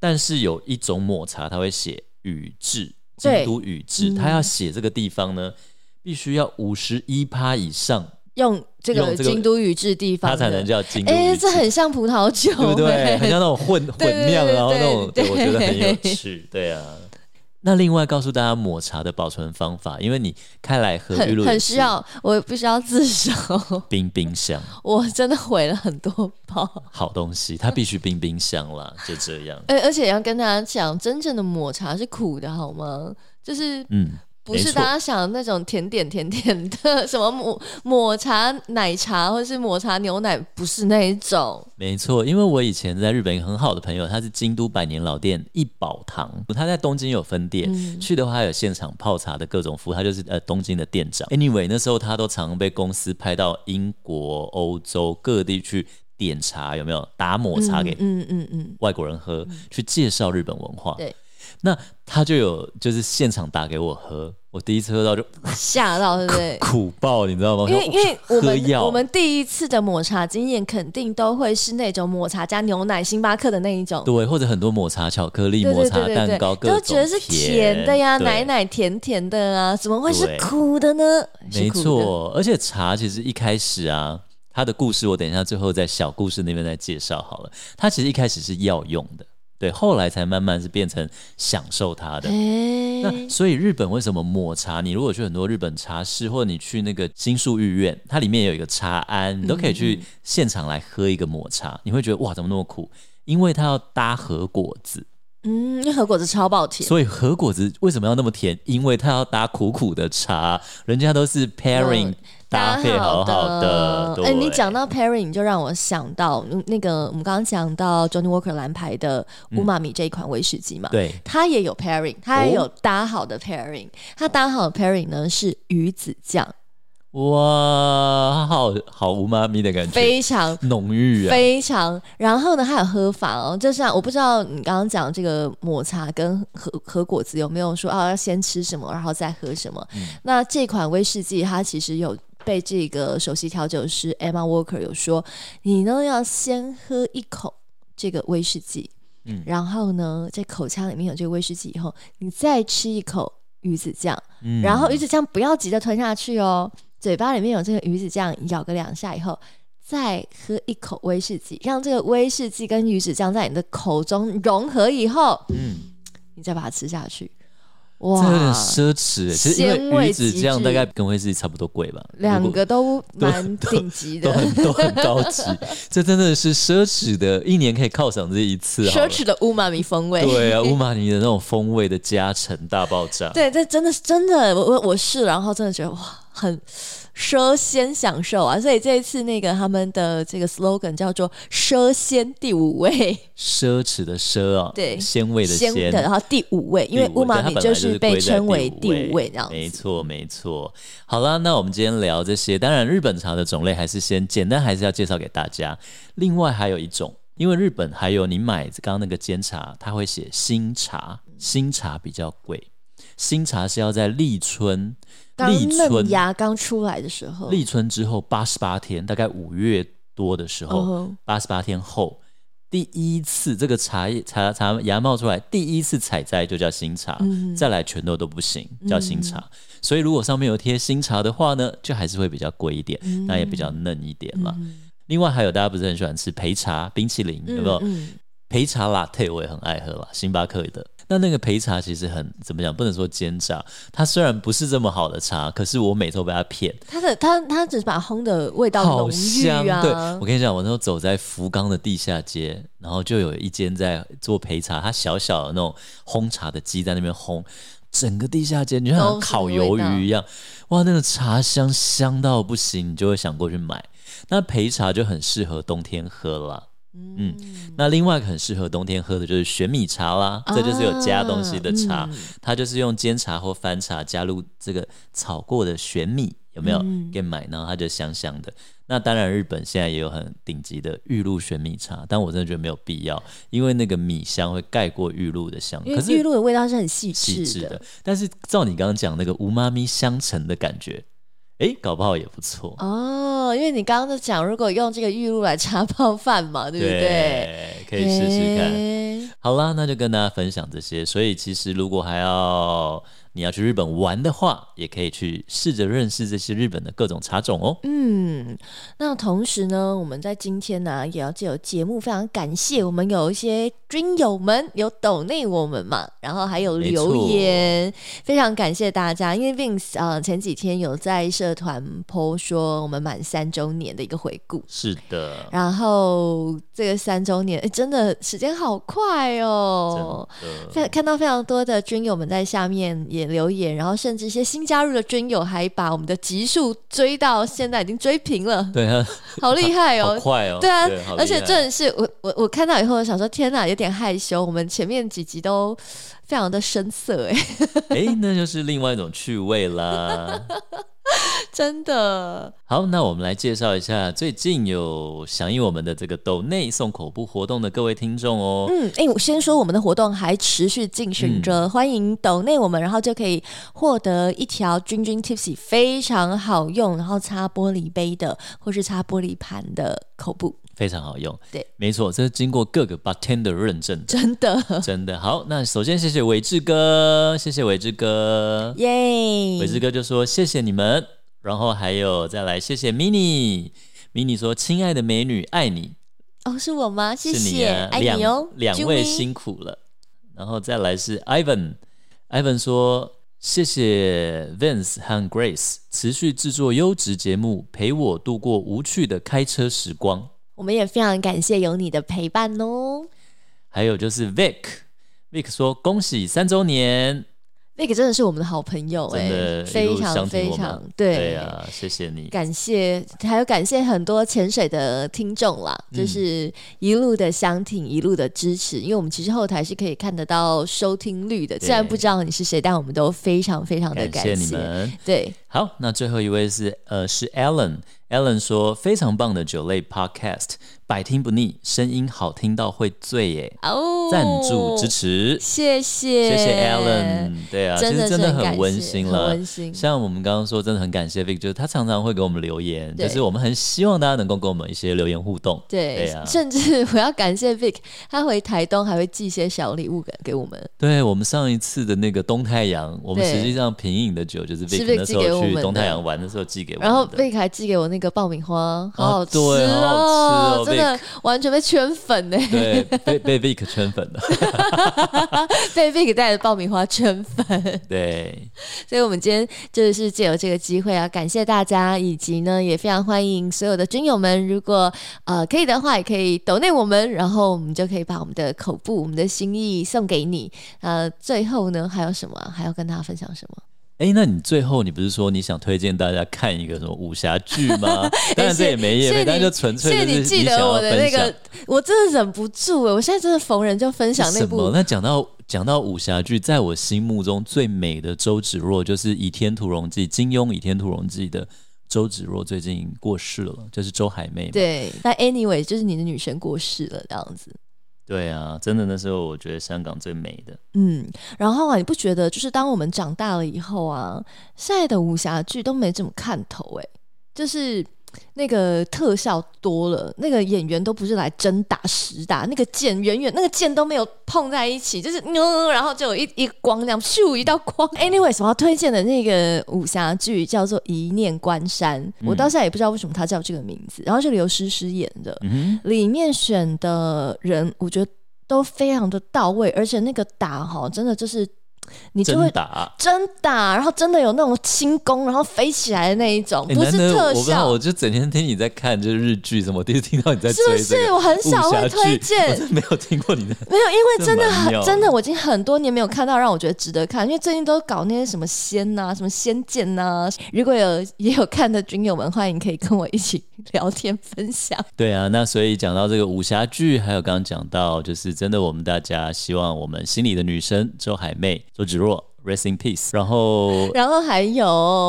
A: 但是有一种抹茶，它会写宇治，
B: 对
A: 京
B: 嗯
A: 都宇治，它要写这个地方呢，必须要五十一趴以上，
B: 用这
A: 用
B: 个
A: 这个
B: 京都宇治地方
A: 它
B: 的，
A: 才能叫京都宇治。
B: 哎，这很像葡萄酒，
A: 对不哦对？很像那种混
B: 对
A: 混酿，然后那种，
B: 对
A: 对
B: 对
A: 我觉得很有
B: 对
A: 趣，对啊。那另外告诉大家抹茶的保存方法，因为你开来喝玉露
B: 很很需要，我必须要自首，
A: 冰冰箱，
B: 我真的毁了很多包。
A: 好东西它必须冰冰箱啦，就这样。
B: 哎，而且要跟大家讲，真正的抹茶是苦的，好吗？就是
A: 嗯，
B: 不是
A: 没错
B: 大家想的那种甜点甜点的，什么抹抹茶奶茶或是抹茶牛奶，不是那一种。
A: 没错，因为我以前在日本有个很好的朋友，他是京都百年老店一宝堂，他在东京有分店，
B: 嗯
A: 去的话还有现场泡茶的各种服务，他就是呃东京的店长。Anyway，那时候他都常被公司派到英国、欧洲各地去点茶，有没有打抹茶给
B: 嗯嗯嗯，
A: 外国人喝，去介绍日本文化。
B: 对，
A: 那他就有就是现场打给我喝，我第一次喝到就
B: 嗯吓到对不对？
A: 苦爆，你知道吗？
B: 因为因为我
A: 喝
B: 们
A: 药
B: 我们第一次的抹茶经验，肯定都会是那种抹茶加牛奶、星巴克的那一种。
A: 对，或者很多抹茶巧克力、
B: 对
A: 抹
B: 对
A: 茶
B: 对对
A: 蛋
B: 对，
A: 糕，各
B: 都
A: 种
B: 觉得是甜的呀，
A: 对
B: 奶奶甜甜的啊，怎么会是
A: 对
B: 苦的呢？是
A: 没
B: 苦的，
A: 错，而且茶其实一开始啊，它的故事我等一下最后在小故事那边再介绍好了。它其实一开始是药用的，对，后来才慢慢是变成享受它的。那
B: 哎，
A: 所以日本为什么抹茶？你如果去很多日本茶室，或者你去那个新宿御苑，它里面有一个茶
B: 嗯
A: 庵，你都可以去现场来喝一个抹茶，你会觉得哇，怎么那么苦？因为它要搭和果子，
B: 嗯，因为和果子超爆甜，
A: 所以和果子为什么要那么甜？因为它要搭苦苦的茶，人家都是 pairing、
B: 嗯
A: 搭配好好的。对
B: 哎、你讲到 pairing，你就让我想到嗯那个我们刚刚讲到 Johnny Walker 蓝牌的乌玛米这一款威士忌嘛，
A: 对哦
B: 它也有 pairing，它也有搭好的 pairing，、它搭好的 pairing 呢是鱼子酱，
A: 哇，好好无妈咪的感觉，
B: 非常。
A: 浓郁啊！
B: 非常，然后呢，还有喝法哦，就像我不知道你刚刚讲这个抹茶跟和和果子有没有说啊，要先吃什么，然后再喝什么？那这款威士忌它其实有被这个首席调酒师 Emma Walker 有说，你呢要先喝一口这个威士忌，
A: 嗯
B: 然后呢，在口腔里面有这个威士忌以后，你再吃一口鱼子酱，
A: 嗯
B: 然后鱼子酱不要急着吞下去哦，嘴巴里面有这个鱼子酱，咬个两下以后，再喝一口威士忌，让这个威士忌跟鱼子酱在你的口中融合以后，
A: 嗯，
B: 你再把它吃下去。
A: 这
B: 哇，
A: 有点奢侈欸。其实因
B: 鲜
A: 为
B: 味
A: 鱼子
B: 极
A: 酱
B: 致
A: 大概跟威士忌差不多贵吧，
B: 两
A: 如果
B: 个都蛮顶级
A: 都
B: 的，
A: 很都很高级， 这真的是奢侈的，一年可以犒赏这一次好
B: 奢
A: 了。
B: 侈的乌玛米风味。
A: 对啊，乌马尼的那种风味的加成大爆炸。
B: 对，这真的是真的，我我我试了，然后真的觉得哇，很奢仙享受啊！所以这一次那个他们的这个 slogan 叫做“奢仙第五位”。
A: 奢侈的奢啊，
B: 对
A: 鲜味的
B: 鲜
A: 鲜
B: 的，然后第五位，因为
A: 第五
B: 乌
A: 位
B: 玛
A: 对它
B: 米
A: 本来
B: 就是被
A: 归在
B: 称为
A: 第
B: 第五位这样
A: 没
B: 子。
A: 错，没错。好啦，那我们今天聊这些，当然日本茶的种类还是先简单，还是要介绍给大家。另外还有一种，因为日本还有你买刚刚那个煎茶，它会写新茶，新茶比较贵。新茶是要在立春，
B: 刚
A: 立春
B: 嫩芽刚出来的时候，
A: 立春之后八十八天，大概五月多的时候
B: 嗯，
A: 八十八天后，第一次这个茶叶茶茶芽冒出来，第一次采摘就叫新茶，
B: 嗯
A: 再来全都都不行，叫新茶。
B: 嗯
A: 所以如果上面有贴新茶的话呢，就还是会比较贵一点，那也比较嫩一点了。另外还有大家不是很喜欢吃焙茶冰淇淋，有没有？
B: 嗯嗯
A: 焙茶 latte 我也很爱喝啦，星巴克的。那那个焙茶其实很怎么讲，不能说奸诈。它虽然不是这么好的茶，可是我每次都被它骗，
B: 它的它它只是把烘的味道
A: 好
B: 浓郁
A: 香。
B: 啊，
A: 对我跟你讲，我那时候走在福冈的地下街，然后就有一间在做焙茶，它小小的那种烘茶的机在那边烘，整个地下街你就
B: 都
A: 像
B: 是
A: 烤
B: 那个
A: 鱿
B: 味道
A: 鱼一样，哇，那个茶香香到不行，你就会想过去买。那焙茶就很适合冬天喝啦。嗯，那另外一个很适合冬天喝的就是玄米茶啦，这就是有加东西的茶，
B: 啊嗯
A: 它就是用煎茶或翻茶加入这个炒过的玄米，有没有、
B: 嗯
A: 给买？然后它就香香的。那当然，日本现在也有很顶级的玉露玄米茶，但我真的觉得没有必要，因为那个米香会盖过玉露的香，
B: 因
A: 可
B: 为玉
A: 是
B: 露的味道是很细
A: 细致
B: 的，
A: 的。但是照你刚刚讲那个无妈咪香橙的感觉，诶，搞不好也不错。
B: 哦，因为你刚刚在讲，如果用这个玉露来 茶泡饭嘛，对不对？
A: 对，可以试试看。
B: 诶
A: 好啦，那就跟大家分享这些。所以其实如果还要你要去日本玩的话，也可以去试着认识这些日本的各种茶种哦。
B: 嗯，那同时呢，我们在今天呢、也要借由节目，非常感谢我们有一些军友们有抖内我们嘛，然后还有
A: 没
B: 留
A: 错
B: 言，非常感谢大家。因为 Vince 呃前几天有在社团 PO 说我们满三周年的一个回顾，
A: 是的，
B: 然后这个三周年，诶真的时间好快哦。
A: 真
B: 非
A: 的，
B: 看到非常多的军友们在下面也留言，然后甚至一些新加入的军友还把我们的集数追到现在已经追平了，
A: 对啊，
B: 好厉害
A: 好
B: 哦！
A: 快哦，
B: 对啊，
A: 好厉害
B: 而且真的是我我我看到以后，我想说天哪，有点害羞。我们前面几集都非常的生涩，哎，
A: 诶，那就是另外一种趣味啦。
B: 真的。
A: 好，那我们来介绍一下最近有响应我们的这个斗内送口部活动的各位听众哦。
B: 嗯，哎、我先说我们的活动还持续进行
A: 嗯
B: 着，欢迎抖内我们，然后就可以获得一条君君 Tipsy 非常好用，然后擦玻璃杯的或是擦玻璃盘的口布，
A: 非常好用，
B: 对，
A: 没错，这是经过各个 bartender 认证的，
B: 真的
A: 真的好。那首先谢谢伟志哥，谢谢伟志哥，
B: 耶！
A: 伟志哥就说谢谢你们，然后还有再来谢谢 mini。mini 说：“亲爱的美女，爱你，
B: 哦，是我吗？谢
A: 是
B: 谢，
A: 你啊，
B: 爱
A: 两
B: 你哦，
A: 两
B: 啾
A: 位
B: 咪
A: 辛苦了。”然后再来是 Ivan，Ivan 说：“谢谢 Vince 和 Grace 持续制作优质节目，陪我度过无趣的开车时光。
B: 我们也非常感谢有你的陪伴哦。”
A: 还有就是 Vic，Vic 说：“恭喜三周年，
B: 那个真的是我们的好朋友哎、
A: 真的一
B: 非
A: 路相挺
B: 常非
A: 我
B: 常
A: 们。
B: 对
A: 对啊，谢谢你。”
B: 感谢，还有感谢很多潜水的听众啦，
A: 嗯
B: 就是一路的相挺，一路的支持，因为我们其实后台是可以看得到收听率的，
A: 对
B: 虽然不知道你是谁，但我们都非常非常的
A: 感谢
B: 感
A: 你
B: 谢。
A: 们，
B: 对，
A: 好，那最后一位是呃是 Alan。Alan 说非常棒的酒类 Podcast，百听不腻，声音好听到会醉耶！
B: 哦，
A: 赞助支，持，
B: 谢谢，
A: 谢谢 Alan。对啊，其
B: 真
A: 实
B: 的
A: 真
B: 是
A: 的
B: 很感
A: 很温
B: 谢
A: 馨
B: 很
A: 了
B: 温。馨
A: 像我们刚刚说，真的很感谢 Vic，就是他常常会给我们留言，
B: 对
A: 就是我们很希望大家能够跟我们一些留言互动。
B: 对，
A: 对啊
B: 甚至我要感谢 Vic，他回台东还会寄一些小礼物给给我们。
A: 对我们上一次的那个东太阳，我们
B: 对
A: 实际上品饮的酒就是 Vic
B: Vic
A: 那时
B: 寄给我
A: 候
B: 们
A: 去
B: 的
A: 东太阳玩的时候寄给我们
B: 然后
A: 的哦
B: Vic 还寄给我那个爆米花，好好吃哦
A: 对好好吃哦
B: 真的完全被圈粉呢、
A: 对被被 Vic 圈粉了。
B: 被 Vic 带的爆米花圈粉。
A: 对，
B: 所以我们今天就是借由这个机会啊，感谢大家，以及呢也非常欢迎所有的军友们，如果呃可以的话，也可以抖内我们，然后我们就可以把我们的口部、我们的心意送给你。呃，最后呢还有什么啊还要跟大家分享什么？
A: 哎，那你最后你不是说你想推荐大家看一个什么武侠剧 吗？
B: 哎
A: 当然这也没业
B: 谢谢
A: 配，
B: 你
A: 但就纯
B: 谢
A: 粹
B: 谢
A: 就是
B: 你记
A: 想
B: 得
A: 要
B: 我的那
A: 分
B: 个
A: 享。，
B: 我真的忍不住哎、我现在真的逢人就分享那
A: 什么？
B: 部。
A: 那讲到讲到武侠剧，在我心目中最美的周芷若就是《倚天屠龙记》，金庸《倚天屠龙记》的周芷若最近过世了，就是周海媚嘛。
B: 对，但 anyway，就是你的女神过世了这样子。
A: 对啊，真的那时候我觉得香港最美的。
B: 嗯，然后啊，你不觉得就是当我们欸长大了以后啊，现在的武侠剧都没怎么看头哎、就是那个特效多了，那个演员都不是来真打实打，那个剑远远那个剑都没有碰在一起，就是嗯，然后就有一一个光这样咻一道光。Anyways，我要推荐的那个武侠剧叫做《一念关山》，我到现在也不知道为什么它叫这个名字，然后是刘诗诗演的，
A: 嗯
B: 里面选的人我觉得都非常的到位，而且那个打哈真的就是你
A: 哼，
B: 就会
A: 真打。
B: 真打，然后真的有那种轻功，然后飞起来的那一种，
A: 哎
B: 不
A: 难
B: 是
A: 得
B: 特
A: 我不知道，
B: 效
A: 我。就整天听你在看就是日剧什么，我第一次听到你在
B: 是不
A: 追这
B: 是？
A: 个
B: 我很
A: 武
B: 少
A: 侠
B: 会
A: 剧
B: 推
A: 我
B: 荐，
A: 真没有听过你的。
B: 没有，因为真的
A: 这蛮
B: 很
A: 妙的
B: 真的，我已经很多年没有看到让我觉得值得看，因为最近都搞那些什么仙啊呐、什么仙剑呐、如果有也有看的军友们，欢迎可以跟我一起聊天分享。
A: 对啊，那所以讲到这个武侠剧，还有刚刚讲到，就是真的，我们大家希望我们心里的女神周海媚、周芷若，rest in peace。然后
B: 然后还有，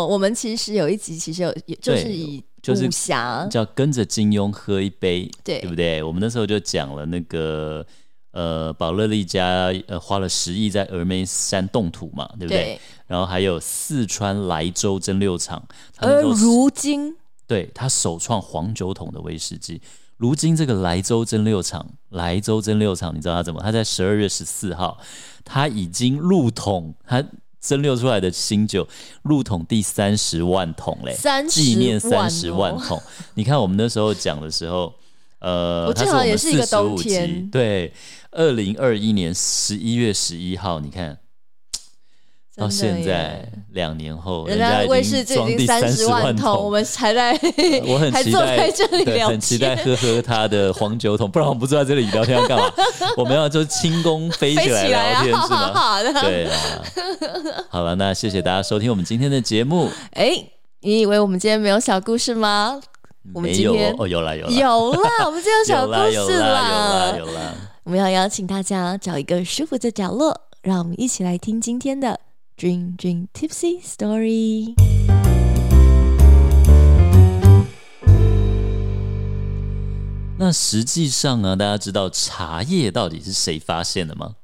B: 我们其实有一集其实有，也就是
A: 对
B: 以
A: 就是
B: 武侠，
A: 叫跟着金庸喝一杯，
B: 对
A: 对不对？我们那时候就讲了那个呃，宝乐利家呃花了十亿在峨眉山动土嘛，对不对？
B: 对，
A: 然后还有四川莱州蒸馏厂，他那
B: 而
A: 时候
B: 如今
A: 对他首创黄酒桶的威士忌。如今这个莱州蒸馏厂，莱州蒸馏厂，你知道它怎么？它在十二月十四号，它已经入桶，它蒸馏出来的新酒入桶第三十万桶嘞，
B: 30
A: 纪念三十万
B: 万哦
A: 桶。你看我们那时候讲的时候，呃，
B: 我
A: 它
B: 记得好像也
A: 是我
B: 是一
A: 们
B: 个
A: 四十
B: 冬
A: 五集
B: 天，
A: 对，二零二一年十一月十一号，你看到
B: 真的
A: 现
B: 耶
A: 在两年后，
B: 人
A: 家
B: 家
A: 已
B: 威
A: 经
B: 士忌
A: 装
B: 已
A: 第
B: 经三
A: 十
B: 十万
A: 桶，
B: 我们还在，
A: 我很
B: 还
A: 期
B: 坐
A: 待，
B: 在这里
A: 对
B: 聊
A: 很期待
B: 天
A: 喝喝他的黄酒桶，不 然我们不坐在这里聊天要干嘛？我们要就是轻功飞
B: 飞
A: 起来
B: 起来
A: 聊
B: 啊，
A: 天
B: 好
A: 是吗？
B: 好 好的。
A: 对啊，好了，那谢谢大家收听我们今天的节目。
B: 哎，你以为我们今天没有小故事吗？我们
A: 没
B: 今
A: 有
B: 天
A: 哦哦，有啦有啦
B: 有啦，我们今天有小
A: 有
B: 故
A: 啦有
B: 事
A: 啦
B: 啦
A: 有啦有啦，
B: 我们要邀请大家找一个舒服的角落，让我们一起来听今天的 Dream Dream Tipsy Story。
A: 那实际上呢，大家知道茶叶到底是谁发现 的吗？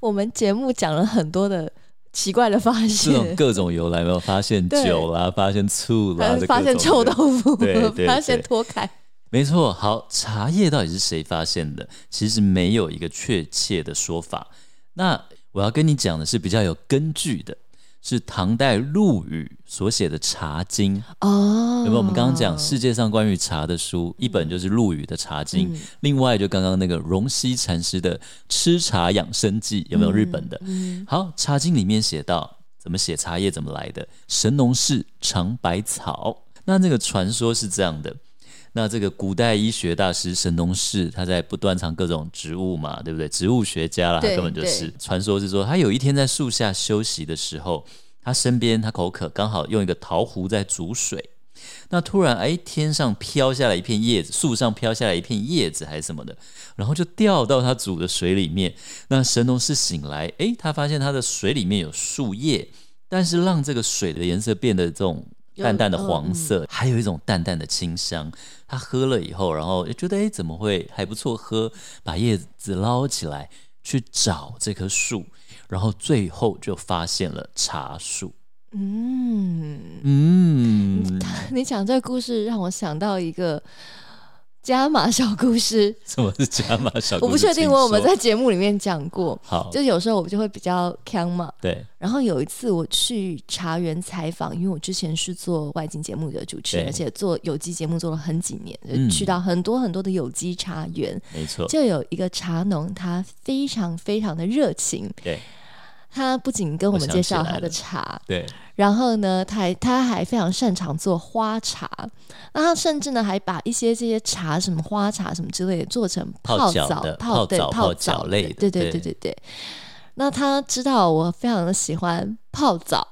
B: 我们节目讲了很多的奇怪的发
A: 这种
B: 现，
A: 各种由来，有没有发现
B: 对
A: 酒啦，发现醋啦
B: 还，
A: 这
B: 发
A: 各
B: 现
A: 种
B: 臭
A: 的
B: 豆腐
A: 对对，对
B: 发现脱开。
A: 没错，好，茶叶到底是谁发现的？其实没有一个确切的说法。那我要跟你讲的是比较有根据的，是唐代陆羽所写的《茶经》。
B: 哦，
A: 有没有？我们刚刚讲世界上关于茶的书，一本就是陆羽的《茶经》，另外就刚刚那个荣西禅师的《吃茶养生记》，有没有日本的？好，《茶经》里面写到怎么写茶叶怎么来的，神农氏尝百草。那那个传说是这样的。那这个古代医学大师神农氏，他在不断尝各种植物嘛，对不对？植物学家啦，他
B: 对
A: 根本就是
B: 对
A: 传说是说，他有一天在树下休息的时候，他身边他口渴，刚好用一个陶壶在煮水。那突然，哎，天上飘下来一片叶子，树上飘下来一片叶子还是什么的，然后就掉到他煮的水里面。那神农氏醒来，哎，他发现他的水里面有树叶，但是让这个水的颜色变得这种
B: 有
A: 淡淡的
B: 嗯
A: 黄色，还有一种淡淡的清香。他喝了以后，然后诶觉得哎怎么会还不错喝，把叶子捞起来去找这棵树，然后最后就发现了茶树。
B: 嗯，
A: 嗯，
B: 你讲这个故事让我想到一个加码小故事，
A: 什么是加码小故事？
B: 我不确定
A: 请
B: 我有没有
A: 说
B: 在节目里面讲过，
A: 好
B: 就，是有时候我就会比较坑嘛。
A: 对
B: 然后有一次我去茶园采访，因为我之前是做外景节目的主持人，
A: 对
B: 而且做有机节目做了很几年，
A: 嗯
B: 就去到很多很多的有机茶园，
A: 没错，
B: 就有一个茶农，他非常非常的热情，
A: 对
B: 他不仅跟我们
A: 我想
B: 介
A: 起
B: 绍
A: 来
B: 他的
A: 了
B: 茶，
A: 对，
B: 然后呢，他还他还非常擅长做花茶，那他甚至呢还把一些这些茶，什么花茶什么之类的，做成
A: 泡
B: 泡
A: 脚
B: 澡
A: 的、泡
B: 泡对
A: 澡泡
B: 泡
A: 脚
B: 澡
A: 类的
B: 对对
A: 对
B: 对对对。那他知道我非常的喜欢泡澡，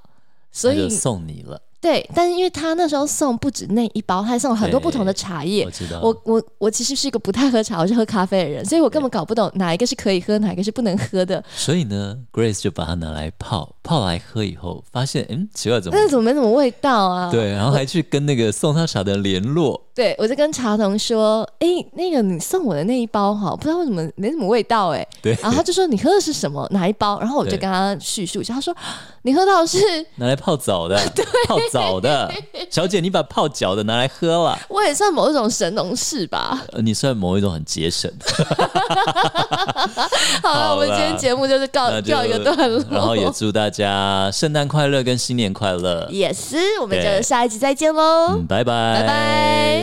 B: 所
A: 他就
B: 以
A: 送你了，
B: 对，但是因为他那时候送不止那一包，他还送了很多不同的茶叶
A: 我。知道，
B: 我我我其实是一个不太喝茶，我是喝咖啡的人，所以我根本搞不懂哪一个是可以喝，哪一个是不能喝的。
A: 所以呢，Grace 就把它拿来泡，泡来喝以后，发现嗯，奇怪怎么
B: 那怎么没什么味道啊？
A: 对，然后还去跟那个送他茶的人联络，
B: 对我就跟茶童说，哎、那个你送我的那一包哈，不知道为什么没什么味道哎、
A: 对
B: 然后他就说你喝的是什么哪一包，然后我就
A: 对
B: 跟他叙述一下，他说你喝到的是
A: 拿来泡澡 的，泡澡的，小姐，你把泡脚的拿来喝了，
B: 我也算某一种神农氏吧。
A: 呃你算某一种很节省，
B: 好了，
A: 好
B: 我们今天
A: 啦
B: 节目就是告
A: 那就
B: 哦告一个段落，
A: 然后也祝大家圣诞快乐跟新年快乐，
B: 也是，我们
A: 对
B: 就下一集再见喽。
A: 嗯，拜拜，
B: 拜拜。